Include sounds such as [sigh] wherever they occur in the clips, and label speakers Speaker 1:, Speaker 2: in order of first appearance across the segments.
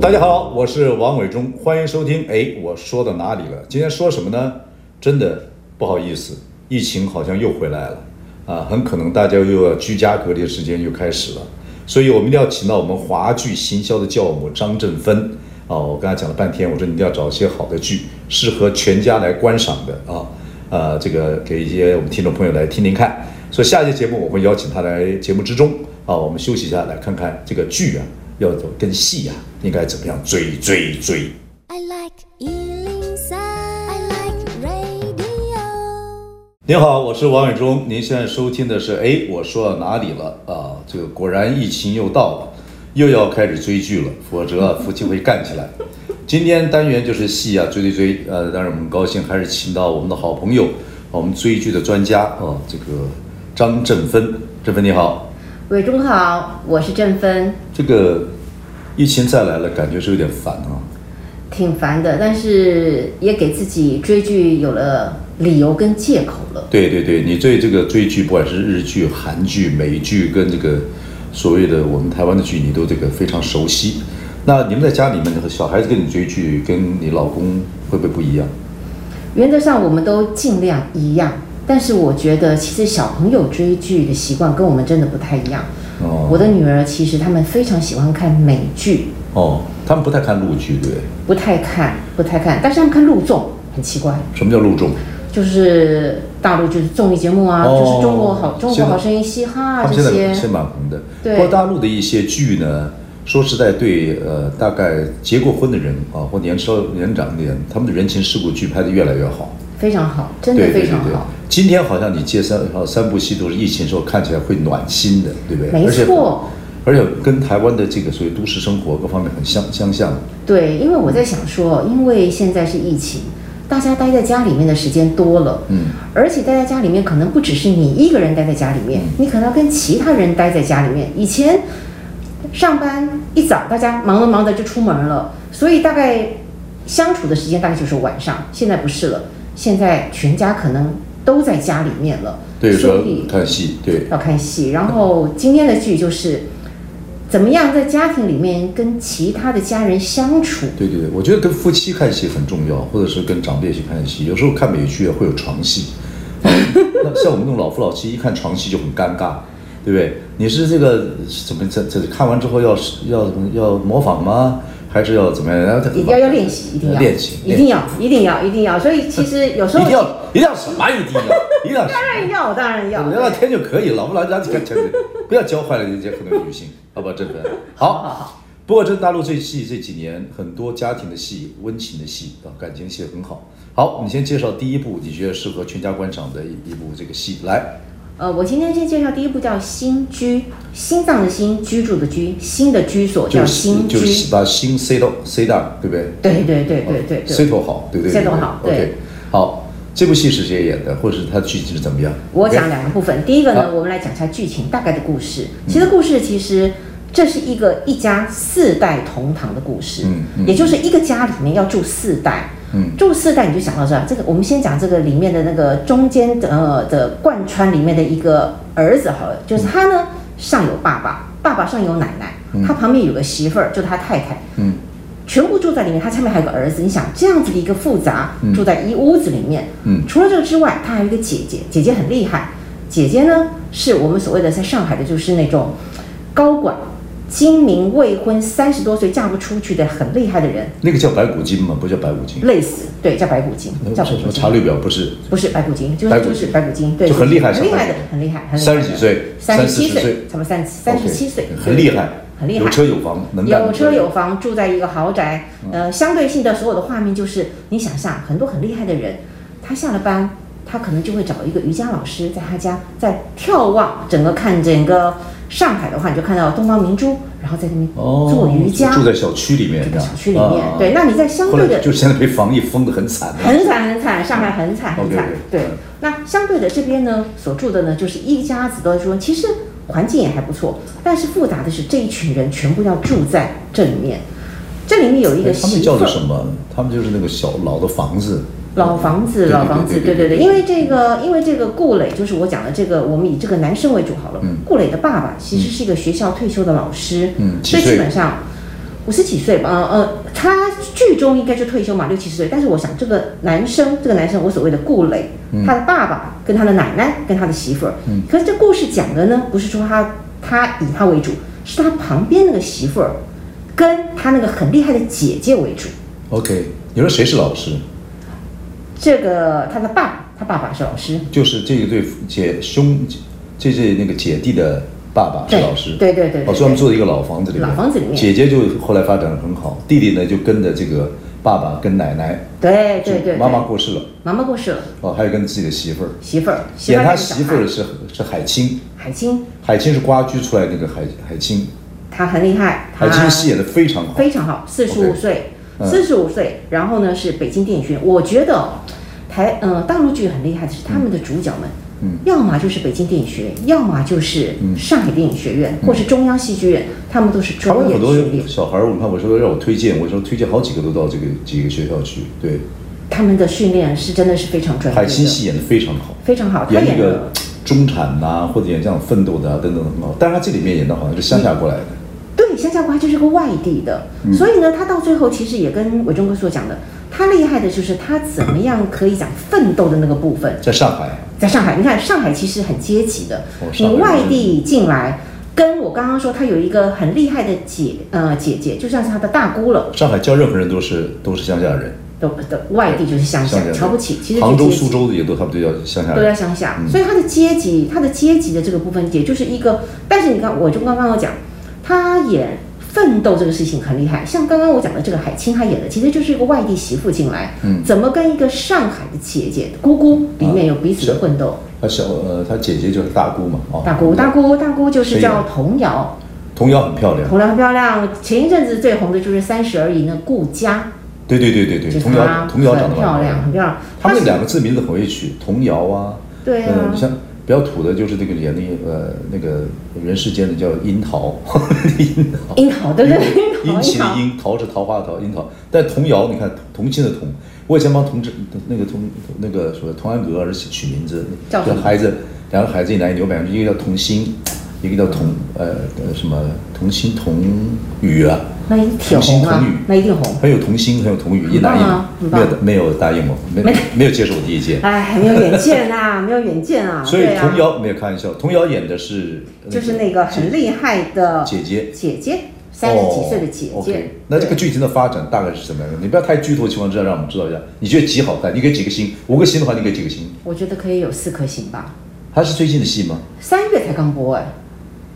Speaker 1: 大家好，我是王伟忠，欢迎收听。哎，我说到哪里了？今天说什么呢？真的不好意思，疫情好像又回来了啊，很可能大家又要居家隔离的时间又开始了，所以我们一定要请到我们华剧行销的教母张振芬啊。我刚才讲了半天，我说你一定要找一些好的剧，适合全家来观赏的啊。呃，这个给一些我们听众朋友来听听看。所以下一节节目我会邀请他来节目之中啊，我们休息一下，来看看这个剧啊，要怎么跟戏啊，应该怎么样追追追。
Speaker 2: I like Ealing Sound. I like radio.
Speaker 1: 您好，我是王伟忠，您现在收听的是哎，我说到哪里了啊？这个果然疫情又到了，又要开始追剧了，否则啊夫妻会干起来。今天单元就是戏啊，追追追，呃，当然我们很高兴还是请到我们的好朋友，我们追剧的专家啊，这个张振芬，振芬你好。
Speaker 3: 伟忠好，我是郑芬，
Speaker 1: 这个疫情再来了，感觉是有点烦啊。
Speaker 3: 挺烦的，但是也给自己追剧有了理由跟借口了。
Speaker 1: 对对对，你对这个追剧，不管是日剧、韩剧、美剧，跟这个所谓的我们台湾的剧，你都这个非常熟悉。那你们在家里面，小孩子跟你追剧，跟你老公会不会不一样？
Speaker 3: 原则上我们都尽量一样，但是我觉得其实小朋友追剧的习惯跟我们真的不太一样。
Speaker 1: 哦
Speaker 3: 我的女儿其实她们非常喜欢看美剧，
Speaker 1: 哦，他们不太看陆剧，对不对？
Speaker 3: 不太看，不太看，但是她们看陆综，很奇怪，
Speaker 1: 什么叫陆综？
Speaker 3: 就是大陆就是综艺节目啊，
Speaker 1: 哦
Speaker 3: 就是中国好中
Speaker 1: 现
Speaker 3: 国
Speaker 1: 在
Speaker 3: 好声音、嘻哈
Speaker 1: 他
Speaker 3: 啊
Speaker 1: 们
Speaker 3: 这
Speaker 1: 现在
Speaker 3: 些。
Speaker 1: 是蛮红的。
Speaker 3: 对
Speaker 1: 不过大陆的一些剧呢，说实在对，呃，大概结过婚的人啊，或年稍年长一点，他们的人情世故剧拍得越来越好。
Speaker 3: 非常好，真的
Speaker 1: 对对
Speaker 3: 非
Speaker 1: 对
Speaker 3: 常好。
Speaker 1: 对，今天好像你介绍三部戏都是疫情时候看起来会暖心的，对不对？
Speaker 3: 没
Speaker 1: 而且
Speaker 3: 错
Speaker 1: 而且跟台湾的这个所谓都市生活各方面很相相像。
Speaker 3: 对，因为我在想说，因为现在是疫情，大家待在家里面的时间多了，
Speaker 1: 嗯，
Speaker 3: 而且待在家里面可能不只是你一个人待在家里
Speaker 1: 嗯
Speaker 3: 面，你可能要跟其他人待在家里面。以前上班一早，大家忙着忙着就出门了，所以大概相处的时间大概就是晚上。现在不是了，现在全家可能都在家里面了，
Speaker 1: 对，
Speaker 3: 所
Speaker 1: 说
Speaker 3: 以呃
Speaker 1: 看戏，对，
Speaker 3: 要看戏。然后今天的剧就是怎么样在家庭里面跟其他的家人相处。
Speaker 1: 对对对，我觉得跟夫妻看戏很重要，或者是跟长辈一起看戏，有时候看美剧啊会有床
Speaker 3: [laughs]
Speaker 1: 戏，那像我们这种老夫老妻一看床戏就很尴尬，对不对？你是这个怎么这这看完之后要要要模仿吗？还是要怎么样？然后他
Speaker 3: 要要练习，一定要
Speaker 1: 练习，
Speaker 3: 一定要，一定要，一定要。所以其实有时
Speaker 1: 一
Speaker 3: 候
Speaker 1: 定要一定要什么？一定要
Speaker 3: [laughs]
Speaker 1: 一定要什
Speaker 3: 当
Speaker 1: 么？
Speaker 3: 然要，当然要。
Speaker 1: 聊聊天就可以了，我们聊聊天就
Speaker 3: [laughs]
Speaker 1: 可以了，不要教坏了人家很多女性，好不好？真的好。不过，这大陆这戏这几年很多家庭的戏、温情的戏啊，感情戏很好。好，你先介绍第一部你觉得适合全家观赏的一一部这个戏来。
Speaker 3: 呃，我今天先介绍第一部叫《新居》，心脏的心，居住的居，新的居所叫
Speaker 1: 就是
Speaker 3: 新居。
Speaker 1: 就是把心塞到塞到，对不对？
Speaker 3: 对对对对对
Speaker 1: 塞
Speaker 3: 对。
Speaker 1: 头好，对不对？
Speaker 3: 塞头好
Speaker 1: OK，好，这部戏是谁演的，或者是它剧情是怎么样？
Speaker 3: 我
Speaker 1: OK
Speaker 3: 讲两个部分，第一个
Speaker 1: 好
Speaker 3: 呢，我们来讲一下剧情大概的故事。其实故事其实这是一个一家四代同堂的故事
Speaker 1: 嗯，嗯
Speaker 3: 也就是一个家里面要住四代。
Speaker 1: 嗯
Speaker 3: 住四代你就想到这儿，这个我们先讲这个里面的那个中间的呃的贯穿里面的一个儿子好了，就是他呢上有爸爸，爸爸上有奶奶，他旁边有个媳妇儿，就是他太太，
Speaker 1: 嗯，
Speaker 3: 全部住在里面，他下面还有个儿子。你想这样子的一个复杂
Speaker 1: 嗯，
Speaker 3: 住在一屋子里面，
Speaker 1: 嗯
Speaker 3: 除了这个之外，他还有一个姐姐，姐姐很厉害，姐姐呢是我们所谓的在上海的就是那种高管。精明未婚，三十多岁嫁不出去的很厉害的人，
Speaker 1: 那个叫白骨精吗？不叫白骨精，
Speaker 3: 类似，对，叫白骨精，叫白
Speaker 1: 呃什
Speaker 3: 骨
Speaker 1: 么
Speaker 3: 精
Speaker 1: 嗯查，律表不是？
Speaker 3: 不是白骨精，就
Speaker 1: 白
Speaker 3: 是
Speaker 1: 骨
Speaker 3: 就是白骨精，对，
Speaker 1: 就很厉害
Speaker 3: 很厉害的
Speaker 1: 小白骨，
Speaker 3: 很厉害，很厉害的
Speaker 1: 三十几岁
Speaker 3: 三十七
Speaker 1: 三十岁
Speaker 3: 岁，差不多三三十七
Speaker 1: OK，
Speaker 3: 岁，
Speaker 1: 很厉害，
Speaker 3: 很厉害，
Speaker 1: 有车有房，能干
Speaker 3: 有
Speaker 1: 的嗯
Speaker 3: 车有房，住在一个豪宅，呃，相对性的所有的画面就是，你想象很多很厉害的人，他下了班，他可能就会找一个瑜伽老师在他家，在眺望整个看整个上海的话，你就看到东方明珠，然后在那边
Speaker 1: 哦，
Speaker 3: 做瑜伽，
Speaker 1: 住在小区里面这
Speaker 3: 在
Speaker 1: 样，
Speaker 3: 小区里面。
Speaker 1: 啊
Speaker 3: 对，那你在相
Speaker 1: 后来
Speaker 3: 对的
Speaker 1: 就现在被防疫封得很惨的，
Speaker 3: 很惨很惨，上海很惨很惨
Speaker 1: OK，OK，。
Speaker 3: 对
Speaker 1: 嗯，
Speaker 3: 那相对的这边呢，所住的呢，就是一家子都在说，其实环境也还不错，但是复杂的是这一群人全部要住在这里面，这里面有一个
Speaker 1: 哎他们
Speaker 3: 媳妇
Speaker 1: 叫做
Speaker 3: 儿。
Speaker 1: 什么？他们就是那个小老的房子，
Speaker 3: 老房子，
Speaker 1: 对
Speaker 3: 老房子，
Speaker 1: 对
Speaker 3: 对
Speaker 1: 对
Speaker 3: 对对，因为这个，因为这个顾磊就是我讲的这个，我们以这个男生为主好了。
Speaker 1: 嗯
Speaker 3: 顾磊的爸爸其实是一个学校退休的老师，
Speaker 1: 嗯
Speaker 3: 所以
Speaker 1: 几岁
Speaker 3: 基本上五十几岁吧，呃呃，他剧中应该就退休嘛，六七十岁。但是我想这个男生，这个男生我所谓的顾磊，
Speaker 1: 嗯
Speaker 3: 他的爸爸跟他的奶奶跟他的媳妇儿，可是这故事讲的呢，不是说他他以他为主，是他旁边那个媳妇儿跟他那个很厉害的姐姐为主。
Speaker 1: OK，你说谁是老师？
Speaker 3: 这个他的爸，他爸爸是老师。
Speaker 1: 就是这一对姐兄，这对那个姐弟的爸爸啊是
Speaker 3: 对
Speaker 1: 老师，
Speaker 3: 对对对对
Speaker 1: 哦，所以他们住在一个老房子里面，
Speaker 3: 老房子里面
Speaker 1: 姐姐就后来发展的很好，弟弟呢就跟着这个爸爸跟奶奶，
Speaker 3: 对对
Speaker 1: 就
Speaker 3: 对，
Speaker 1: 妈妈
Speaker 3: 对
Speaker 1: 过世了，
Speaker 3: 妈妈过世了，
Speaker 1: 哦，还有跟自己的媳妇儿，
Speaker 3: 媳妇儿，媳妇
Speaker 1: 演
Speaker 3: 儿
Speaker 1: 他
Speaker 3: 带着小
Speaker 1: 媳妇儿
Speaker 3: 孩
Speaker 1: 的是是海清，
Speaker 3: 海清，
Speaker 1: 海清是瓜居出来那个海海清，
Speaker 3: 她很厉害，她
Speaker 1: 海清戏演的非常好，
Speaker 3: 啊非常好，四十
Speaker 1: OK
Speaker 3: 五岁，
Speaker 1: 嗯
Speaker 3: 四十五岁，然后呢是北京电影学院，我觉得台呃大陆剧很厉害的是他们的主角们。
Speaker 1: 嗯
Speaker 3: 要么就是北京电影学院，要么就是上海电影学院，或是中央戏剧院，他们都是
Speaker 1: 嗯他
Speaker 3: 专
Speaker 1: 们
Speaker 3: 业
Speaker 1: 很多
Speaker 3: 训练。
Speaker 1: 小孩儿，我看我说让我推荐，我说推荐好几个都到这个几个学校去，对，
Speaker 3: 他们的训练是真的是非常专业的，
Speaker 1: 海清戏演的非常好。
Speaker 3: 非常好。他
Speaker 1: 演那
Speaker 3: 演
Speaker 1: 个
Speaker 3: 了
Speaker 1: 中产呐、或者演这样奋斗的啊等等很好，但是他这里面演的好像是乡下过来的，
Speaker 3: 嗯对，乡下瓜就是个外地的，
Speaker 1: 嗯
Speaker 3: 所以呢，他到最后其实也跟伟忠哥所讲的，他厉害的就是他怎么样可以讲奋斗的那个部分，
Speaker 1: 在上海，
Speaker 3: 在上海，你看上海其实很阶级的，
Speaker 1: 哦上海人
Speaker 3: 你外地进来，跟我刚刚说他有一个很厉害的姐呃姐姐，就像是他的大姑了，
Speaker 1: 上海教任何人都是都是乡下人，
Speaker 3: 的的外地就是乡
Speaker 1: 乡
Speaker 3: 下
Speaker 1: 下，人
Speaker 3: 瞧不起，其实就
Speaker 1: 杭州、
Speaker 3: 阶级
Speaker 1: 苏州的也都他们都叫乡下
Speaker 3: 都在
Speaker 1: 人。
Speaker 3: 乡下，
Speaker 1: 嗯
Speaker 3: 所以他的阶级，他的阶级的这个部分，也就是一个。但是你看，我就刚刚我讲，他演奋斗这个事情很厉害，像刚刚我讲的这个海清，她演的其实就是一个外地媳妇进来，
Speaker 1: 嗯
Speaker 3: 怎么跟一个上海的姐姐姑姑里面有彼此的奋斗。
Speaker 1: 他小呃，他姐姐就是大姑嘛，啊、
Speaker 3: 大姑，大姑，大姑就是
Speaker 1: 谁
Speaker 3: 叫
Speaker 1: 演
Speaker 3: 童瑶，
Speaker 1: 童瑶很漂亮，
Speaker 3: 童瑶很漂亮。前一阵子最红的就是《三十而已》那顾佳，
Speaker 1: 对对对对
Speaker 3: 就是
Speaker 1: 对，童
Speaker 3: 她，
Speaker 1: 瑶童瑶长
Speaker 3: 很
Speaker 1: 得
Speaker 3: 漂
Speaker 1: 蛮
Speaker 3: 亮，很漂亮。
Speaker 1: 他们
Speaker 3: 她
Speaker 1: 那
Speaker 3: 是
Speaker 1: 两个字名字很会取，童瑶啊，
Speaker 3: 对啊
Speaker 1: 嗯，你像比较土的就是那个演那个呃那个人世间的叫樱桃， [laughs] 樱桃。
Speaker 3: 樱桃，对对
Speaker 1: [laughs]
Speaker 3: 对，
Speaker 1: 殷勤
Speaker 3: 樱
Speaker 1: 的
Speaker 3: 桃，
Speaker 1: 殷，桃是桃花的桃，樱桃。但童谣，你看童心的童，我以前帮同志那个同那个什么童安格儿子取名字，
Speaker 3: 叫什么
Speaker 1: 这孩子两个孩子一男一女，我感觉一个叫童心，一个叫童呃呃什么童心童语啊，
Speaker 3: 那一定挺
Speaker 1: 童心
Speaker 3: 红啊
Speaker 1: 童语，
Speaker 3: 那一定红。
Speaker 1: 很有童心，很有童语，一男一女，没
Speaker 3: 很棒
Speaker 1: 有
Speaker 3: 啊
Speaker 1: 没有答应我，没
Speaker 3: 没
Speaker 1: 没有接受我的意见。
Speaker 3: 哎，没有远见啊， [laughs] 没有远见啊。
Speaker 1: 所以
Speaker 3: 对啊
Speaker 1: 童谣没有开玩笑，童谣演的是
Speaker 3: 就是那个很厉害的
Speaker 1: 姐姐
Speaker 3: 姐姐，三十几岁的姐
Speaker 1: 哦
Speaker 3: 姐
Speaker 1: OK，。那这个剧情的发展大概是什么样的？你不要太剧透的情况之下，让我们知道一下。你觉得几好看？你给几个星？五个星的话，你给几个星？
Speaker 3: 我觉得可以有四颗星吧。
Speaker 1: 它是最近的戏吗？
Speaker 3: 三月才刚播哎，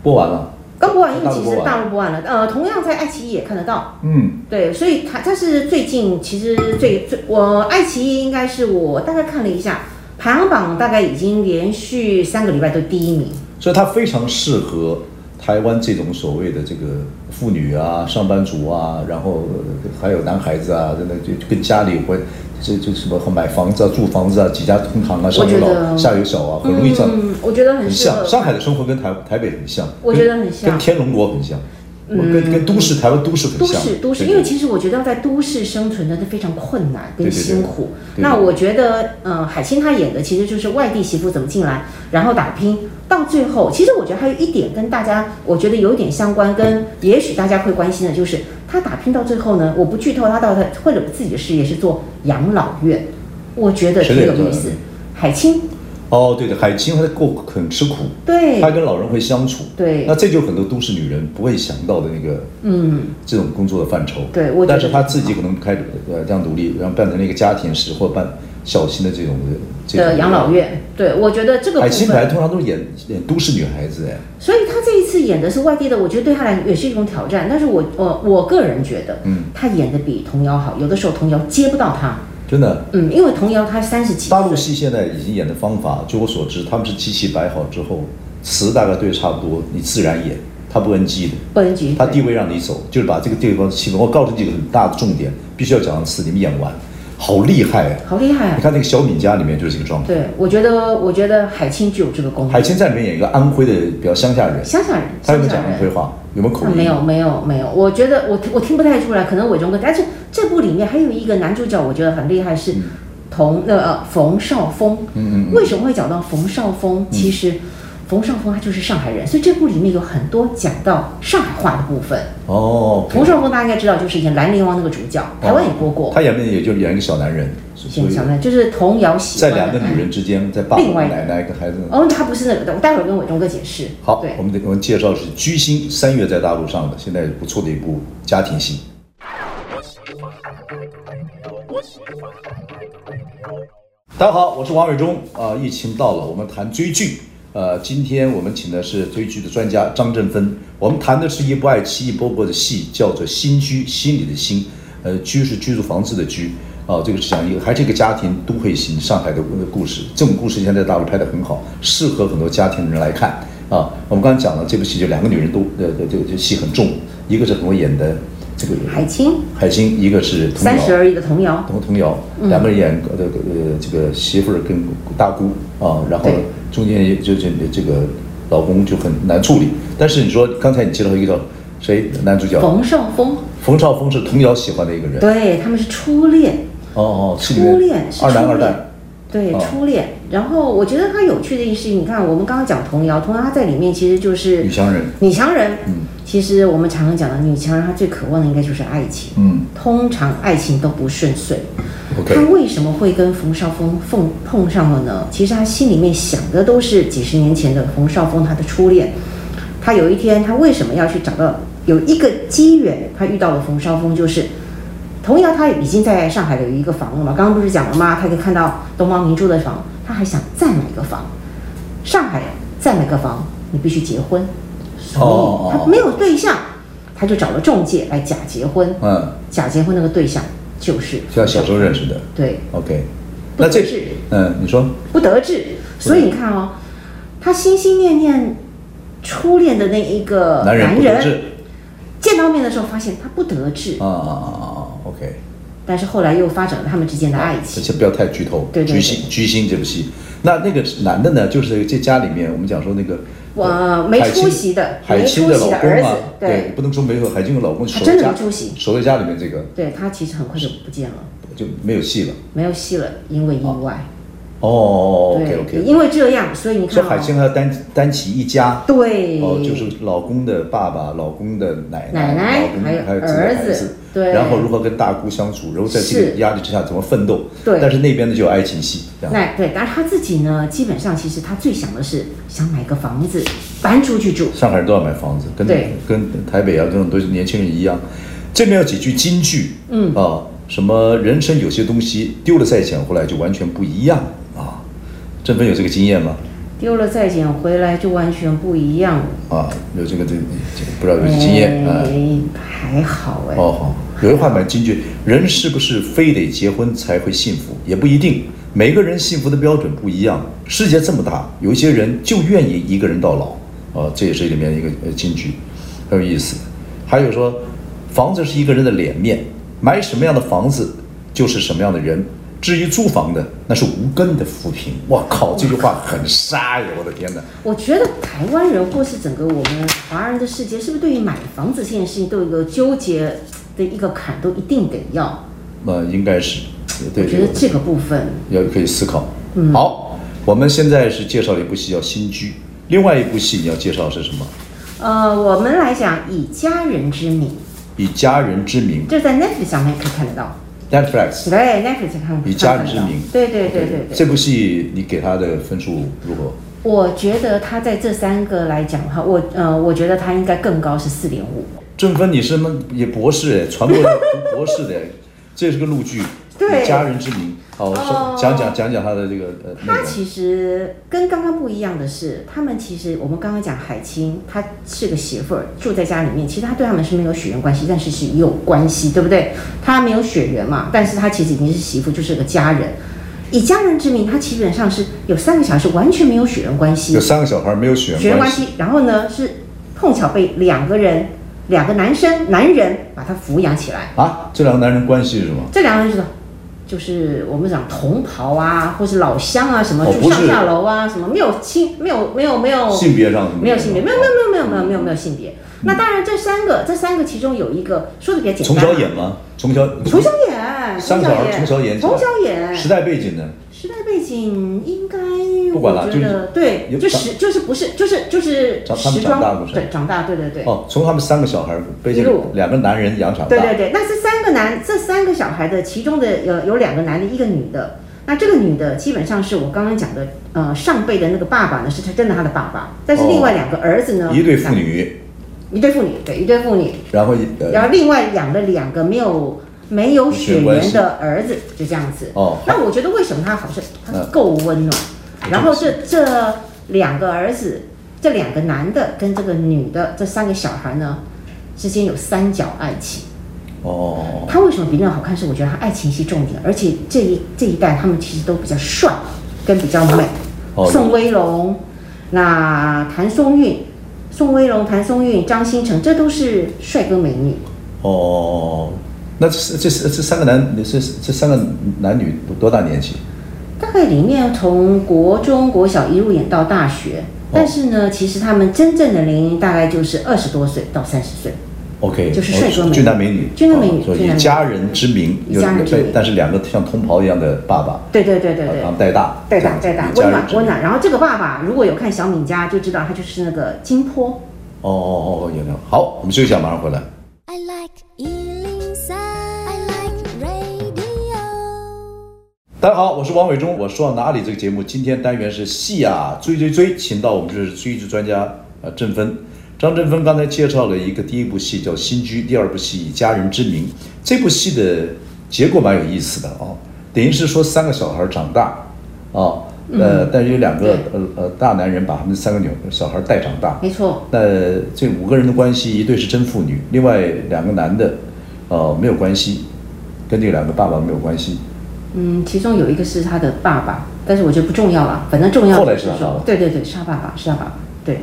Speaker 1: 播完了。
Speaker 3: 刚播完，因为其
Speaker 1: 刚播
Speaker 3: 实
Speaker 1: 完
Speaker 3: 大陆播完了，呃，同样在爱奇艺也看得到。
Speaker 1: 嗯，
Speaker 3: 对，所以它它是最近其实最最我爱奇艺应该是我大概看了一下排行榜，大概已经连续三个礼拜都第一名。
Speaker 1: 所以它非常适合台湾这种所谓的这个妇女啊、上班族啊，然后呃还有男孩子啊，真的就就跟家里或这这什么买房子啊、住房子啊、几家同堂啊，上有
Speaker 3: 我觉
Speaker 1: 老
Speaker 3: 得
Speaker 1: 下有小啊，很容易这样。
Speaker 3: 嗯，我觉得很
Speaker 1: 很
Speaker 3: 适合
Speaker 1: 像。上海的生活跟台台北很像，
Speaker 3: 我觉得很像嗯
Speaker 1: 跟天龙国很像，我跟跟都市台湾都市很
Speaker 3: 都
Speaker 1: 像，
Speaker 3: 市，都市，
Speaker 1: 对
Speaker 3: 因为其实我觉得要在都市生存真的非常困难
Speaker 1: 对
Speaker 3: 跟
Speaker 1: 对对
Speaker 3: 辛苦。
Speaker 1: 对对
Speaker 3: 那我觉得，呃，海清她演的其实就是外地媳妇怎么进来，然后打拼，到最后，其实我觉得还有一点跟大家，我觉得有点相关，跟也许大家会关心的就是，她打拼到最后呢，我不剧透，她到她为了自己的事业是做养老院，我觉得
Speaker 1: 谁
Speaker 3: 挺
Speaker 1: 的
Speaker 3: 有
Speaker 1: 养老
Speaker 3: 意思
Speaker 1: 院。
Speaker 3: 海清，
Speaker 1: 哦，对对，海清她够很吃苦，
Speaker 3: 对
Speaker 1: 她跟老人会相处，
Speaker 3: 对
Speaker 1: 那这就是很多都市女人不会想到的那个，嗯，这种工作的范畴，
Speaker 3: 对我觉得
Speaker 1: 但是她自己可能开始呃这样独立，然后办成了一个家庭式或办小型的这种的这种
Speaker 3: 的养老。院，对我觉得这个部
Speaker 1: 海
Speaker 3: 分。
Speaker 1: 清本来通常都是演演都市女孩子，哎，
Speaker 3: 所以他这一次演的是外地的，我觉得对他来也是一种挑战。但是我我我个人觉得，
Speaker 1: 嗯，
Speaker 3: 他演的比童瑶好，有的时候童瑶接不到他，
Speaker 1: 真的，
Speaker 3: 嗯，因为童瑶她三十几岁，
Speaker 1: 大陆戏现在已经演的方法，据我所知，他们是机器摆好之后，词大概对得差不多，你自然演，它不 NG 的。
Speaker 3: 不能举。
Speaker 1: 他地位让你走，就是把这个地方的气氛。我告诉你几个很大的重点，必须要讲到词，你们演完，好厉害啊！
Speaker 3: 好厉害
Speaker 1: 你
Speaker 3: 啊！
Speaker 1: 看那个小敏家里面就是这个状态，
Speaker 3: 对，我觉得我觉得海清具有这个功
Speaker 1: 海
Speaker 3: 能。
Speaker 1: 清在里面演一个安徽的比较乡下人，
Speaker 3: 乡下人，
Speaker 1: 他有没有
Speaker 3: 乡下
Speaker 1: 讲安
Speaker 3: 人
Speaker 1: 徽话？有没有口
Speaker 3: 啊
Speaker 1: 音？
Speaker 3: 没有，没有没有，我觉得我我听不太出来，可能伟忠哥。但是这部里面还有一个男主角，我觉得很厉害，是童那呃冯绍峰。
Speaker 1: 嗯
Speaker 3: 为什么会讲到冯绍峰？其实冯绍峰他就是上海人，所以这部里面有很多讲到上海话的部分。
Speaker 1: 哦，
Speaker 3: 冯绍峰大家应该知道，就是以前《兰陵王》那个主角，台湾也播过。
Speaker 1: 他演的也就演一个小男人，所
Speaker 3: 现
Speaker 1: 以
Speaker 3: 象呢，就是童谣喜
Speaker 1: 在
Speaker 3: 欢
Speaker 1: 两
Speaker 3: 的
Speaker 1: 个女人之间，在爸爸
Speaker 3: 另外一个
Speaker 1: 奶奶跟孩子。
Speaker 3: 哦，他不是那个，我待会儿跟伟忠哥解释。
Speaker 1: 好
Speaker 3: 对，
Speaker 1: 我，们得我们介绍的是《居心》，三月在大陆上的，现在不错的一部家庭戏。大家好，我是王伟忠。啊、疫情到了，我们谈追剧。呃，今天我们请的是追剧的专家张振芬。我们谈的是一部爱奇艺播过的戏，叫做《新居》，心里的心，呃，居是居住房子的居。啊、这个是讲一个还是一个家庭都会型上海的故事。这种故事现在在大陆拍得很好，适合很多家庭的人来看啊。我们刚才讲了，这部戏就两个女人都呃呃这个这个戏很重，一个是很会演的这个
Speaker 3: 海清
Speaker 1: 海清，一个是童
Speaker 3: 三
Speaker 1: 瑶
Speaker 3: 十而已的童谣，
Speaker 1: 童童瑶，
Speaker 3: 嗯
Speaker 1: 两个人演呃呃这个媳妇儿跟大姑啊，然后
Speaker 3: 对
Speaker 1: 中间也就就这个老公就很难处理。但是你说刚才你介绍一个叫谁男主角
Speaker 3: 冯绍峰，
Speaker 1: 冯绍峰是童瑶喜欢的一个人，
Speaker 3: 对他们是初恋。
Speaker 1: 哦哦，是里面
Speaker 3: 初恋是
Speaker 1: 二男
Speaker 3: 初
Speaker 1: 二
Speaker 3: 恋
Speaker 1: 蛋，
Speaker 3: 对，
Speaker 1: 哦
Speaker 3: 初恋。然后我觉得他有趣的一事情，你看我们刚刚讲童谣，童谣他在里面其实就是
Speaker 1: 女强人，
Speaker 3: 女强人。
Speaker 1: 嗯
Speaker 3: 其实我们常常讲的女强人，她最渴望的应该就是爱情。
Speaker 1: 嗯
Speaker 3: 通常爱情都不顺遂。
Speaker 1: ，OK，
Speaker 3: 他为什么会跟冯绍峰碰碰上了呢？其实他心里面想的都是几十年前的冯绍峰，他的初恋。他有一天，他为什么要去找到有一个机缘，他遇到了冯绍峰，就是童谣他已经在上海有一个房了嘛，刚刚不是讲了吗？他可以看到东方明珠的房，他还想再买个房。上海再买个房，你必须结婚，
Speaker 1: 哦
Speaker 3: 所以他没有对象，他就找了中介来假结婚。
Speaker 1: 嗯，
Speaker 3: 假结婚那个对象就是
Speaker 1: 就像小时候认识的
Speaker 3: 对
Speaker 1: ，OK，
Speaker 3: 不
Speaker 1: 那这
Speaker 3: 得志，
Speaker 1: 嗯，你说
Speaker 3: 不得志。所以你看哦，他心心念念初恋的那一个
Speaker 1: 男人不得志
Speaker 3: 见到面的时候发现他不得志，
Speaker 1: 啊啊啊啊啊，OK，
Speaker 3: 但是后来又发展了他们之间的爱
Speaker 1: 而
Speaker 3: 情。
Speaker 1: 且不要太剧透，
Speaker 3: 对对
Speaker 1: 居
Speaker 3: 对
Speaker 1: 心居心这部戏，那那个男的呢，就是这家里面我们讲说那个。呃
Speaker 3: 我没
Speaker 1: 海清
Speaker 3: 出息的
Speaker 1: 海清的
Speaker 3: 没
Speaker 1: 老
Speaker 3: 出息的
Speaker 1: 公啊
Speaker 3: 儿子，对
Speaker 1: 对，不能说没有海清的老公守
Speaker 3: 他真的
Speaker 1: 在家
Speaker 3: 没出息
Speaker 1: 守在家里面这个
Speaker 3: 对他其实很快就不见了，
Speaker 1: 就没有戏了。
Speaker 3: 没有戏了，因为意外。
Speaker 1: 哦，OK
Speaker 3: 对，
Speaker 1: OK，
Speaker 3: 因为这样，所以你
Speaker 1: 所
Speaker 3: 看
Speaker 1: 以
Speaker 3: 哦
Speaker 1: 海清和单单琪一家，
Speaker 3: 对，
Speaker 1: 哦，就是老公的爸爸、老公的奶
Speaker 3: 奶奶
Speaker 1: 老公
Speaker 3: 还有
Speaker 1: 还有自己的孩
Speaker 3: 儿子
Speaker 1: 子，
Speaker 3: 对
Speaker 1: 然后如何跟大姑相处，然后在这个
Speaker 3: 是
Speaker 1: 压力之下怎么奋斗，
Speaker 3: 对
Speaker 1: 但是那边呢就有爱情戏，这样
Speaker 3: 那对，但是他自己呢，基本上其实他最想的是想买个房子搬出去住，
Speaker 1: 上海人都要买房子，跟
Speaker 3: 对
Speaker 1: 跟台北啊这种都是年轻人一样。这边有几句金句，
Speaker 3: 嗯
Speaker 1: 啊，什么人生有些东西丢了再捡回来就完全不一样啊。振芬有这个经验吗？
Speaker 3: 丢了再捡回来就完全不一样了。
Speaker 1: 啊，有这个这个这个不知道有没有经验啊？
Speaker 3: 哎，还好哎。
Speaker 1: 哦，好，有一句话蛮金句，人是不是非得结婚才会幸福？也不一定，每个人幸福的标准不一样。世界这么大，有一些人就愿意一个人到老，啊，这也是里面一个呃金句，很有意思。还有说，房子是一个人的脸面，买什么样的房子就是什么样的人。至于租房的，那是无根的浮萍。哇靠，这句话很杀呀！我的天哪，
Speaker 3: 我觉得台湾人或是整个我们华人的世界，是不是对于买房子这件事情都有一个纠结的一个坎，都一定得要？
Speaker 1: 那、应该是，对
Speaker 3: 我
Speaker 1: 对
Speaker 3: 觉
Speaker 1: 对
Speaker 3: 得。这个部分
Speaker 1: 要可以思考。
Speaker 3: 嗯
Speaker 1: 好，我们现在是介绍了一部戏叫《新居》，另外一部戏你要介绍是什么？
Speaker 3: 呃，我们来讲以家人之名，
Speaker 1: 以家人之名
Speaker 3: 这在 Netflix 上面可以看得到。
Speaker 1: （Netflix）
Speaker 3: 对，Netflix 看
Speaker 1: 以家人之名。
Speaker 3: 对对对对对。
Speaker 1: 这部戏你给他的分数如何？
Speaker 3: 我觉得他在这三个来讲的话，我呃，我觉得他应该更高是四点五。
Speaker 1: 郑芬，你是什么也博士哎，传播读博士的 [laughs] 哎，这也是个陆剧。
Speaker 3: 对
Speaker 1: 以家人之名。好，说
Speaker 3: 哦
Speaker 1: 讲讲讲讲他的这个呃内
Speaker 3: 他
Speaker 1: 容。
Speaker 3: 其实跟刚刚不一样的是，他们其实我们刚刚讲海清，她是个媳妇儿，住在家里面，其实她对他们是没有血缘关系，但是是有关系，对不对？她没有血缘嘛，但是她其实已经是媳妇，就是个家人。以家人之名，他基本上是有三个小时完全没有血缘关系
Speaker 1: 有，三个小孩没有血
Speaker 3: 血
Speaker 1: 缘
Speaker 3: 缘关
Speaker 1: 关系，
Speaker 3: 系。然后呢，是碰巧被两个人，两个男生男人把他抚养起来。
Speaker 1: 啊？这两个男人关系是吗？
Speaker 3: 这两个人就是就是我们讲同袍啊，或是老乡啊，什么
Speaker 1: 哦
Speaker 3: 住
Speaker 1: 不是
Speaker 3: 上下楼啊，什么没有亲，没有没有没有
Speaker 1: 性别上是吗
Speaker 3: 哦没有性别，没有没有没有没有没有没有没有性别。那当然，这三个这三个其中有一个说的比较简
Speaker 1: 从
Speaker 3: 单啊，
Speaker 1: 小演吗？从小
Speaker 3: 从小演，
Speaker 1: 三个
Speaker 3: 从小
Speaker 1: 儿
Speaker 3: 演，
Speaker 1: 从小演起来，
Speaker 3: 从小演，
Speaker 1: 时代背景呢？
Speaker 3: 时代背景应该
Speaker 1: 不管了
Speaker 3: 我觉得对
Speaker 1: 有，
Speaker 3: 就
Speaker 1: 长
Speaker 3: 时就是不是就是就是
Speaker 1: 长他们
Speaker 3: 时
Speaker 1: 长大
Speaker 3: 装
Speaker 1: 不是
Speaker 3: 对长大对对对。
Speaker 1: 哦，从他们三个小孩背景
Speaker 3: 一路，
Speaker 1: 两个男人养长
Speaker 3: 对对
Speaker 1: 大，
Speaker 3: 对，那这三个男，这三个小孩的其中的呃有两个男的，一个女的。那这个女的基本上是我刚刚讲的，呃，上辈的那个爸爸呢是他真的他的爸爸，但是
Speaker 1: 哦
Speaker 3: 另外两个儿子呢，
Speaker 1: 一对父，女，
Speaker 3: 一对父女，对，一对父女，
Speaker 1: 然后
Speaker 3: 嗯
Speaker 1: 呃，
Speaker 3: 然后另外养了两个没有没有血缘的儿子，就这样子。
Speaker 1: 哦
Speaker 3: 那我觉得为什么他好像他
Speaker 1: 嗯
Speaker 3: 够温暖？然后这这两个儿子，这两个男的跟这个女的这三个小孩呢，之间有三角爱情。
Speaker 1: 哦，
Speaker 3: 他为什么比那好看？是我觉得他爱情戏重点，而且这一这一代他们其实都比较帅，跟比较美。
Speaker 1: 哦
Speaker 3: 宋威龙，那谭松韵，宋威龙、谭松韵、张新成，这都是帅哥美女。
Speaker 1: 哦，那这这这这三个男，这这三个男女多大年纪？
Speaker 3: 大概里面从国中、国小一路演到大学，
Speaker 1: 哦
Speaker 3: 但是呢，其实他们真正的年龄大概就是二十多岁到三十岁。
Speaker 1: OK，
Speaker 3: 就是帅哥
Speaker 1: 哦
Speaker 3: 美女
Speaker 1: 俊男美女，
Speaker 3: 俊男美女
Speaker 1: 哦所
Speaker 3: 俊
Speaker 1: 以以
Speaker 3: 男美女
Speaker 1: 家人之名，
Speaker 3: 以家人
Speaker 1: 有
Speaker 3: 之名
Speaker 1: 但是两个像同袍一样的爸爸，
Speaker 3: 对对对对
Speaker 1: 把哦
Speaker 3: 对
Speaker 1: 他。们带大，
Speaker 3: 对大对大，
Speaker 1: 以家人
Speaker 3: 温暖
Speaker 1: 之名
Speaker 3: 温暖。然后这个爸爸如果有看小敏家，就知道他就是那个金坡。
Speaker 1: 哦哦哦，有有。好，我们休息一下，马上回来。
Speaker 2: I like Ealing Sound. I like radio.
Speaker 1: 大家好，我是王伟忠。我说到哪里？这个节目今天单元是戏啊追追追，请到我们就是追剧专家呃郑芬。张振芬刚才介绍了一个第一部戏叫《新居》，第二部戏《以家人之名》。这部戏的结构蛮有意思的哦，等于是说三个小孩长大啊、哦，呃，但是有两个呃呃大男人把他们三个女小孩带长大，
Speaker 3: 没错，
Speaker 1: 那这五个人的关系，一对是真父女，另外两个男的，呃，没有关系，跟这两个爸爸没有关系。
Speaker 3: 嗯，其中有一个是他的爸爸，但是我觉得不重要了，反正重要
Speaker 1: 后来
Speaker 3: 的
Speaker 1: 是他爸爸
Speaker 3: 说，对对对，是他爸爸，是他爸爸。对，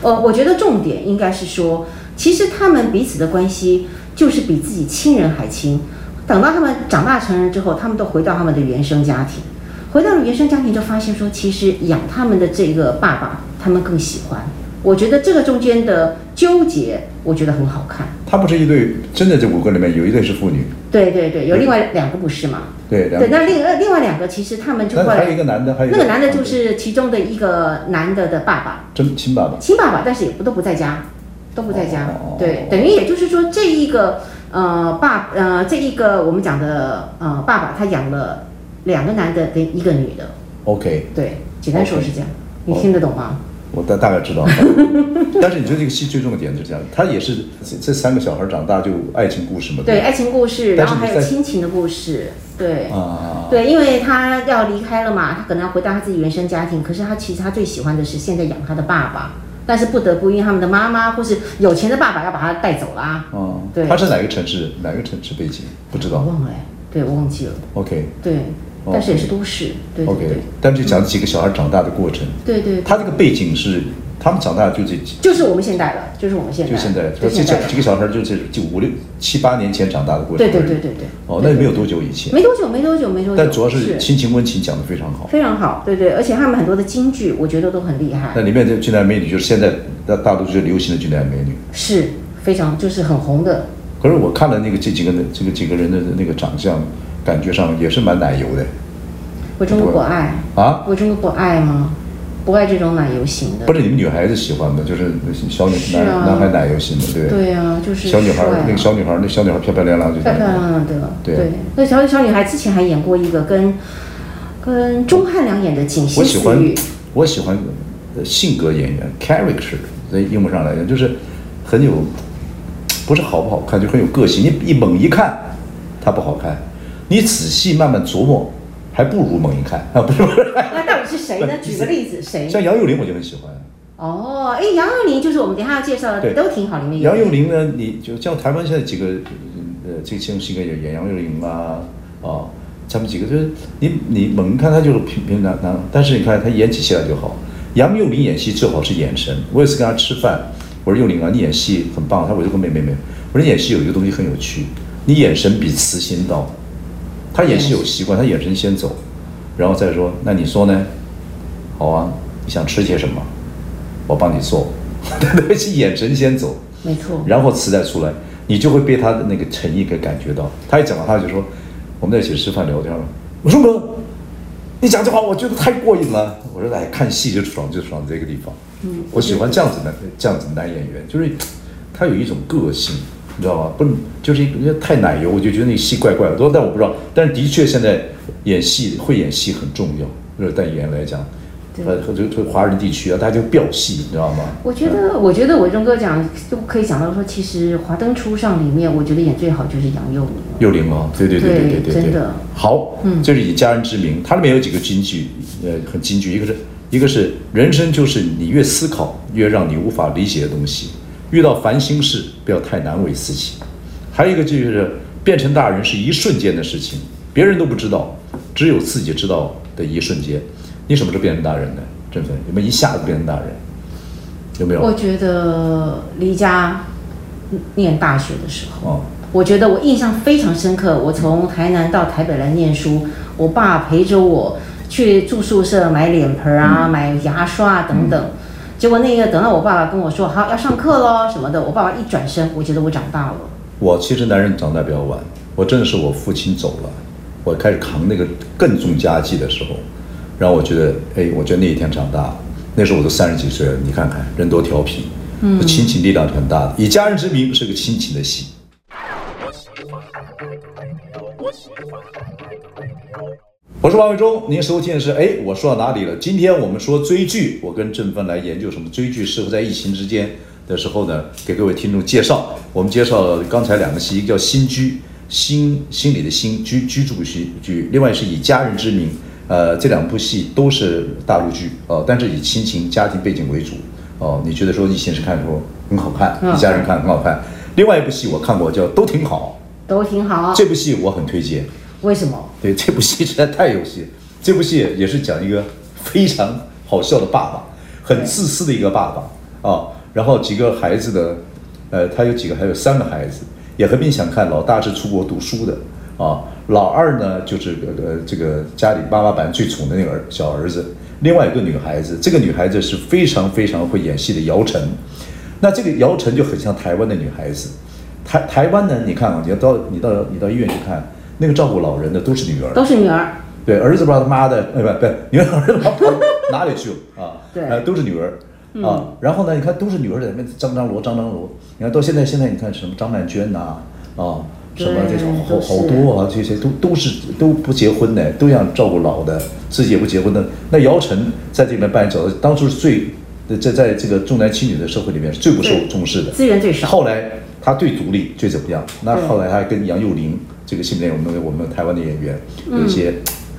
Speaker 3: 呃，我觉得重点应该是说，其实他们彼此的关系就是比自己亲人还亲。等到他们长大成人之后，他们都回到他们的原生家庭，回到了原生家庭就发现说，其实养他们的这个爸爸，他们更喜欢。我觉得这个中间的纠结，我觉得很好看。
Speaker 1: 他们是一对，真的这五个里面有一对是父女，
Speaker 3: 对对对，有另外两个不是嘛？
Speaker 1: 对，两
Speaker 3: 对，
Speaker 1: 个，
Speaker 3: 那另呃外另外两个其实他们就
Speaker 1: 但
Speaker 3: 后
Speaker 1: 是还有一
Speaker 3: 来
Speaker 1: 个男的，还有一
Speaker 3: 那个男的就是其中的一个男的的爸爸，
Speaker 1: 真亲爸爸。
Speaker 3: 亲爸爸，但是也不都不在家，都不在家。
Speaker 1: 嗯哦
Speaker 3: 对，等于也就是说这一个呃爸呃这一个我们讲的呃爸爸他养了两个男的跟一个女的，
Speaker 1: OK，
Speaker 3: 对，简单说是这样
Speaker 1: OK
Speaker 3: 你听得懂吗？
Speaker 1: 我大大概知道。 [laughs] 但是你说这个戏最重的点是这样，他也是这这三个小孩长大就爱情故事嘛，
Speaker 3: 对，
Speaker 1: 吧
Speaker 3: 爱情故事，
Speaker 1: 哦但
Speaker 3: 然
Speaker 1: 是
Speaker 3: 后还
Speaker 1: 你
Speaker 3: 有
Speaker 1: 在
Speaker 3: 亲情的故事，对。
Speaker 1: 啊，
Speaker 3: 对，因为他要离开了嘛，他可能要回到他自己原生家庭。可是他其实他最喜欢的是现在养他的爸爸，但是不得不因为他们的妈妈或是有钱的爸爸要把他带走啦。
Speaker 1: 啊，
Speaker 3: 对
Speaker 1: 他是哪个城市？哪个城市背景？不知
Speaker 3: 我
Speaker 1: 道。
Speaker 3: 忘了哎，对我忘记了，
Speaker 1: OK，OK，、
Speaker 3: 对，
Speaker 1: 哦
Speaker 3: 但是也是都市，对对对
Speaker 1: 但是就讲几个小孩长大的过程。
Speaker 3: 对对，
Speaker 1: 他这个背景是，他们长大就这几，
Speaker 3: 就是我们现代了，就是我们现代，
Speaker 1: 就现在，
Speaker 3: 就
Speaker 1: 这
Speaker 3: 嗯现
Speaker 1: 小
Speaker 3: 代了
Speaker 1: 几，个小孩就这就五六七八年前长大的过程。
Speaker 3: 对对对对对，
Speaker 1: 哦，那也没有
Speaker 3: 对
Speaker 1: 多久以前，
Speaker 3: 没多久，没多久，没多久，
Speaker 1: 但主要是亲情温情讲得非常好。
Speaker 3: 非常好，对对，而且他们很多的京剧，我觉得都很厉害
Speaker 1: 那，里面的俊男美女就是现在大大陆最流行的俊男美女。
Speaker 3: 是非常就是很红的，
Speaker 1: 可是我看了那个这几个人这个几个人的那个长相，感觉上也是蛮奶油的
Speaker 3: 为中国
Speaker 1: 不
Speaker 3: 不爱。
Speaker 1: 啊。
Speaker 3: 我真的不爱吗？不爱这种奶油型的
Speaker 1: 不。是你们女孩子喜欢的，就是小女
Speaker 3: 是
Speaker 1: 男、
Speaker 3: 啊
Speaker 1: 男孩奶油型的，对不对？
Speaker 3: 对啊，就是
Speaker 1: 小女孩
Speaker 3: 帅啊
Speaker 1: 那个小女孩那小女孩漂漂亮亮就这
Speaker 3: 漂漂
Speaker 1: 样。
Speaker 3: 亮亮的。
Speaker 1: 对
Speaker 3: 那小小女孩之前还演过一个跟跟钟汉良演的《锦
Speaker 1: 我
Speaker 3: 溪
Speaker 1: 喜
Speaker 3: 私
Speaker 1: 欢
Speaker 3: 语》，
Speaker 1: 我喜欢呃性格演员 character，在英文上来讲就是很有，不是好不好看，就很有个性。你一猛一看，它不好看；你仔细慢慢琢磨，还不如猛一看啊！不是，不 [laughs] 是
Speaker 3: 那到底是谁呢？举个例子，谁？
Speaker 1: 像杨佑宁我就很喜欢。
Speaker 3: 哦，哎，杨佑宁就是我们等一下要介绍的，
Speaker 1: 对
Speaker 3: 都挺好，里面有
Speaker 1: 杨佑宁呢，你就像台湾现在几个呃这些性格演员，杨佑宁啊啊咱们几个就是你你猛看他就是平平常常，但是你看他演起戏来就好。杨佑宁演戏最好是眼神，我有一次跟他吃饭，我说佑宁啊，你演戏很棒。他说我就跟妹妹妹，我说你演戏有一个东西很有趣，你眼神比词先到。他演戏有习惯，他眼神先走，然后再说那你说呢？好啊，你想吃些什么？我帮你做。 [laughs] 他都是眼神先走。
Speaker 3: 没错，
Speaker 1: 然后磁带出来，你就会被他的那个诚意给感觉到。他一讲到，他就说我们在一起吃饭聊天了。我说哥，你讲这话我觉得太过瘾了。我说哎，看戏就爽就爽这个地方。嗯，我喜欢这样子的这样子的男演员，就是他有一种个性，你知道吗？不能就是一个太奶油，我就觉得那戏怪怪的。但我不知道，但是的确现在演戏会演戏很重要。就是在演员来讲，
Speaker 3: 对
Speaker 1: 呃，就就华人地区啊，大家就飙戏，你知道吗？
Speaker 3: 我觉得，我觉得伟忠哥讲就可以讲到说，其实《华灯初上》里面，我觉得演最好就是杨佑宁了。
Speaker 1: 幼龄啊，对对对对对
Speaker 3: 对
Speaker 1: 对
Speaker 3: 真的
Speaker 1: 好，嗯，就是以家人之名，它里面有几个金句，呃，很金句，一个是一个是人生就是你越思考越让你无法理解的东西，遇到烦心事不要太难为自己，还有一个就是变成大人是一瞬间的事情，别人都不知道，只有自己知道的一瞬间，你什么时候变成大人的？振奋有没有一下子变成大人？有没有？
Speaker 3: 我觉得离家念大学的时候，
Speaker 1: 哦，
Speaker 3: 我觉得我印象非常深刻。我从台南到台北来念书，我爸陪着我去住宿舍买脸盆啊、
Speaker 1: 嗯
Speaker 3: 买牙刷啊等等。结果那个等到我爸爸跟我说好要上课喽什么的，我爸爸一转身，我觉得我长大了。
Speaker 1: 我其实男人长大比较晚，我真的是我父亲走了，我开始扛那个更重家计的时候，然后我觉得，哎，我觉得那一天长大了，那时候我都三十几岁了，你看看人多调皮，嗯，亲情力量是很大的，以家人之名是个亲情的戏。我是王伟忠，您收听的是哎，我说到哪里了？今天我们说追剧，我跟郑芬来研究什么追剧适合在疫情之间的时候呢，给各位听众介绍。我们介绍了刚才两个戏，一个叫《新居》，心心里的心居居住的居居，另外是以家人之名。呃，这两部戏都是大陆剧呃，但是以亲情、家庭背景为主。哦、你觉得说疫情是看的时候很好看，
Speaker 3: 嗯
Speaker 1: 一家人看很好看。另外一部戏我看过叫《都挺好
Speaker 3: 都挺好》，，
Speaker 1: 这部戏我很推荐。
Speaker 3: 为什么？
Speaker 1: 对，这部戏实在太有戏了。这部戏也是讲一个非常好笑的爸爸，很自私的一个爸爸啊。然后几个孩子的，呃，他有几个，还有三个孩子，也很想看。老大是出国读书的啊，老二呢就是呃这个家里妈妈版最宠的那个儿小儿子，另外有个女孩子，这个女孩子是非常非常会演戏的姚晨。那这个姚晨就很像台湾的女孩子，台台湾呢，你看啊，你要到你到你到医院去看，那个照顾老人的都是女儿，
Speaker 3: 都是女儿，
Speaker 1: 对，儿子不知道他妈的，呃，不不，女儿儿子跑跑哪里去了啊？
Speaker 3: [laughs] 对嗯
Speaker 1: 呃，都是女儿啊。然后呢，你看都是女儿在那边张张罗张张罗，你看到现在现在你看什么张曼娟呐啊什么这种好
Speaker 3: 对
Speaker 1: 好
Speaker 3: 都是
Speaker 1: 多啊，这些都都是都不结婚的，都想照顾老的，自己也不结婚的。那姚晨在这边扮演角色，当初是最在在这个重男轻女的社会里面是最不受
Speaker 3: 对
Speaker 1: 重视的，
Speaker 3: 资源最少。
Speaker 1: 后来他最独立，最怎么样？那
Speaker 3: 对
Speaker 1: 后来他还跟杨佑宁这个现在我们我们台湾的演员
Speaker 3: 嗯
Speaker 1: 有一些嘖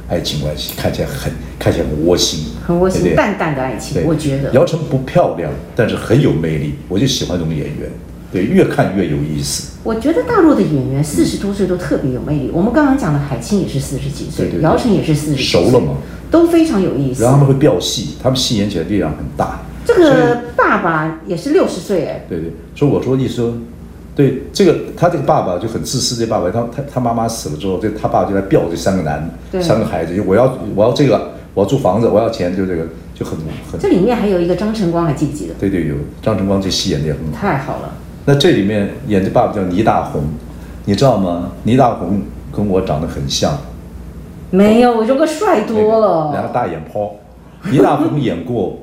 Speaker 1: 爱情关系，看起来很看起来很窝心，
Speaker 3: 很窝
Speaker 1: 对
Speaker 3: 心，
Speaker 1: 不对
Speaker 3: 淡淡的爱情，
Speaker 1: 对
Speaker 3: 我觉得。
Speaker 1: 姚晨不漂亮，但是很有魅力，我就喜欢这种演员，对，越看越有意思。
Speaker 3: 我觉得大陆的演员四十多岁都特别有魅力。我们刚刚讲的海清也是四十几岁，
Speaker 1: 对对对
Speaker 3: 姚晨也是四十几岁，
Speaker 1: 熟了嘛，
Speaker 3: 都非常有意思
Speaker 1: 然。后他们会飙戏，他们戏演起来力量很大。
Speaker 3: 这
Speaker 1: 所以
Speaker 3: 个爸爸也是六十岁哎，
Speaker 1: 对对，所以我说你说，对这个他这个爸爸就很自私，这爸爸他他他妈妈死了之后，这他爸就来吊这三个男
Speaker 3: 对
Speaker 1: 三个孩子，就我要我要这个，我要住房子，我要钱，就这个就很很
Speaker 3: 这里面还有一个张晨光，还记不记得？
Speaker 1: 对对有张晨光这戏演的也很好。
Speaker 3: 太好了，
Speaker 1: 那这里面演的爸爸叫倪大红，你知道吗？倪大红跟我长得很像，
Speaker 3: 没有，我这个帅多
Speaker 1: 然后
Speaker 3: 了。
Speaker 1: 大眼泡，倪大红演过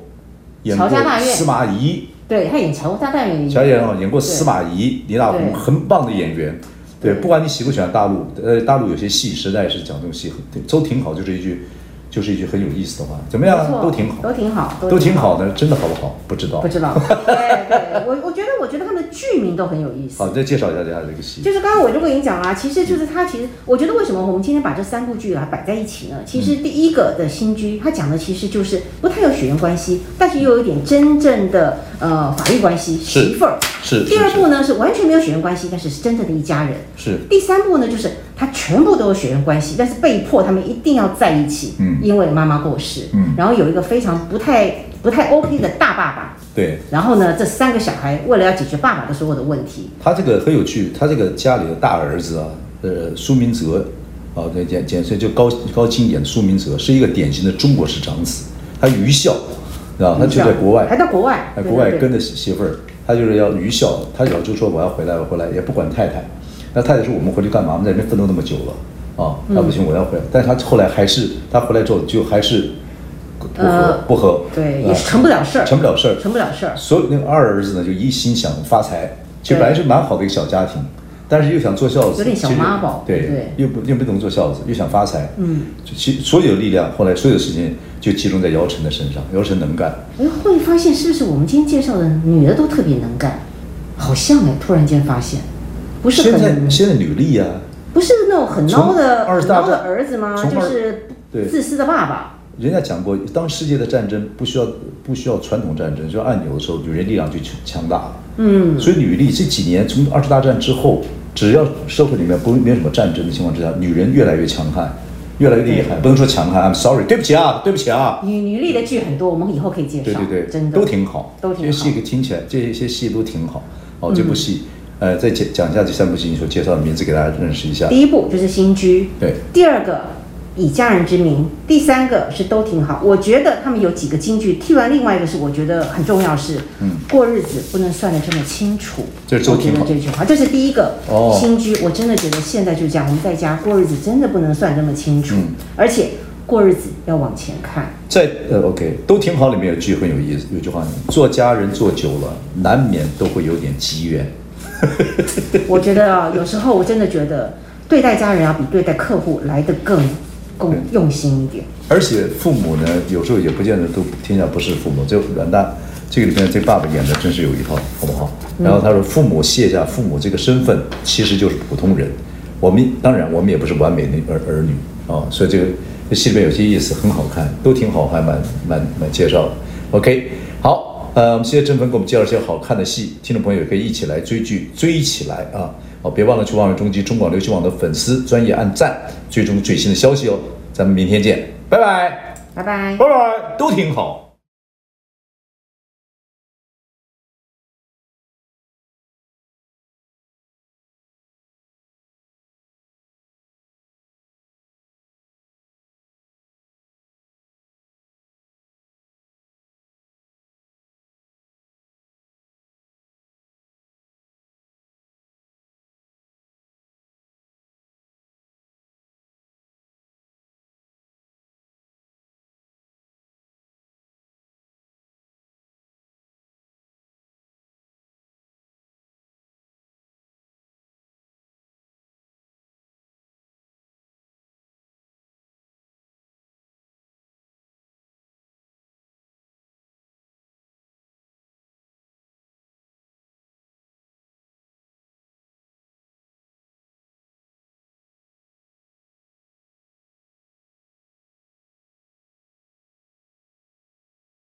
Speaker 1: 演过
Speaker 3: 乔家大院
Speaker 1: 司马懿。
Speaker 3: 对他演《乔家大院》
Speaker 1: 小
Speaker 3: 里
Speaker 1: 演员演过司马懿、倪大红，
Speaker 3: 对
Speaker 1: 很棒的演员。对，
Speaker 3: 对
Speaker 1: 不管你喜不喜欢大陆，呃，大陆有些戏实在是讲这种戏，很都挺好，就是一句，就是一句很有意思的话，怎么样
Speaker 3: 没
Speaker 1: 啊？
Speaker 3: 错
Speaker 1: 都挺好
Speaker 3: 都，挺好，
Speaker 1: 都挺。好的，真的好不好？不知道。
Speaker 3: 不
Speaker 1: [laughs]
Speaker 3: 知道，对对，我我觉得我觉得他们的剧名都很有意思。
Speaker 1: 好，你再介绍一下大家这个戏。
Speaker 3: 就是刚刚我就跟你讲啊啦，其实就是它，其实我觉得为什么我们今天把这三部剧啊摆在一起呢？其实第一个的新居，它讲的其实就是不太有血缘关系，但是又有一点真正的呃法律关系，
Speaker 1: 是
Speaker 3: 媳妇儿。
Speaker 1: 是
Speaker 3: 第二
Speaker 1: 是
Speaker 3: 步呢是完全没有血缘关系，但是是真正的一家人。
Speaker 1: 是
Speaker 3: 第三步呢就是他全部都有血缘关系，但是被迫他们一定要在一起，
Speaker 1: 嗯
Speaker 3: 因为妈妈过世，
Speaker 1: 嗯
Speaker 3: 然后有一个非常不太不太 OK 的大爸爸，
Speaker 1: 对
Speaker 3: 然后呢这三个小孩为了要解决爸爸的所有的问题，
Speaker 1: 他这个很有趣，他这个家里的大儿子啊，呃，苏明哲，啊，对，简简称就高高清演苏明哲，是一个典型的中国式长子，他愚孝，啊，他就在国外
Speaker 3: 还，到国外，
Speaker 1: 在
Speaker 3: 对
Speaker 1: 哎国外
Speaker 3: 对对
Speaker 1: 跟着媳妇儿，他就是要愚孝，他小就说我要回来，我回来，也不管太太。那太太说我们回去干嘛？我们在这边奋斗那么久了啊，那不
Speaker 3: 嗯
Speaker 1: 行，我要回来。但是他后来还是，他回来之后就还是不不合
Speaker 3: 呃
Speaker 1: 不合，
Speaker 3: 对
Speaker 1: 啊
Speaker 3: 也是成不了事儿，
Speaker 1: 成不了事儿，
Speaker 3: 成不了事儿，
Speaker 1: 所以那个二儿子呢，就一心想发财，其实
Speaker 3: 对
Speaker 1: 本来是蛮好的一个小家庭，但是又想做孝子，
Speaker 3: 有点小
Speaker 1: 其实
Speaker 3: 妈宝
Speaker 1: 对，
Speaker 3: 对
Speaker 1: 又不又不能做孝子，又想发财，
Speaker 3: 嗯，
Speaker 1: 就其所有的力量，后来所有的事情就集中在姚晨的身上，姚晨能干，
Speaker 3: 哎，会发现是不是我们今天介绍的女的都特别能干？好像哎，突然间发现，不是
Speaker 1: 现在
Speaker 3: 很
Speaker 1: 现在女力啊，
Speaker 3: 不是那种很孬的
Speaker 1: 从
Speaker 3: 很
Speaker 1: 28
Speaker 3: 孬的儿子吗？
Speaker 1: 从
Speaker 3: 就
Speaker 1: 二
Speaker 3: 是
Speaker 1: 对
Speaker 3: 自私的爸爸。
Speaker 1: 人家讲过，当世界的战争不需要不需要传统战争，需要按钮的时候，女人力量就强强大了。
Speaker 3: 嗯，
Speaker 1: 所以女力这几年从二次大战之后，只要社会里面不没有什么战争的情况之下，女人越来越强悍，越来越厉害。不能说强悍，I'm sorry，对不起啊，对不起啊。
Speaker 3: 女女力的剧很多，我们以后可以介
Speaker 1: 对
Speaker 3: 绍。
Speaker 1: 对对，
Speaker 3: 真的
Speaker 1: 都挺好，
Speaker 3: 都挺
Speaker 1: 这些
Speaker 3: 好嗯
Speaker 1: 戏听起来这些戏都挺好。哦，这部戏，呃，再讲讲一下这三部戏，你所介绍的名字给大家认识一下。
Speaker 3: 第一步就是新居，
Speaker 1: 对，
Speaker 3: 第二个以家人之名，第三个是都挺好。我觉得他们有几个金句，听完另外一个是我觉得很重要是，
Speaker 1: 嗯
Speaker 3: 过日子不能算得这么清楚。
Speaker 1: 这是都
Speaker 3: 我觉
Speaker 1: 挺
Speaker 3: 得
Speaker 1: 好
Speaker 3: 这句话，这是第一个。
Speaker 1: 哦
Speaker 3: 新居，我真的觉得现在就这样，我们在家过日子真的不能算这么清楚，
Speaker 1: 嗯
Speaker 3: 而且过日子要往前看。
Speaker 1: 在呃，OK，都挺好。里面有句很有意思，有句话，做家人做久了，难免都会有点积怨。
Speaker 3: 我觉得啊，有时候我真的觉得对待家人要啊比对待客户来得更更
Speaker 1: 对
Speaker 3: 用心一点。
Speaker 1: 而且父母呢，有时候也不见得都天下不是父母。这阮大这个里面这爸爸演的真是有一套，好不好？然后他说，父母卸下父母这个身份，其实就是普通人。我们当然我们也不是完美的儿儿女啊、所以这个这戏里面有些意思很好看，都挺好，还蛮蛮蛮介绍的。OK，好，呃，我们谢谢郑芬给我们介绍一些好看的戏，听众朋友也可以一起来追剧，追起来啊！哦，别忘了去望月中集中广流行网的粉丝专业按赞，追踪最新的消息哦。咱们明天见，拜拜。
Speaker 3: 拜拜。
Speaker 1: 拜拜，都挺好。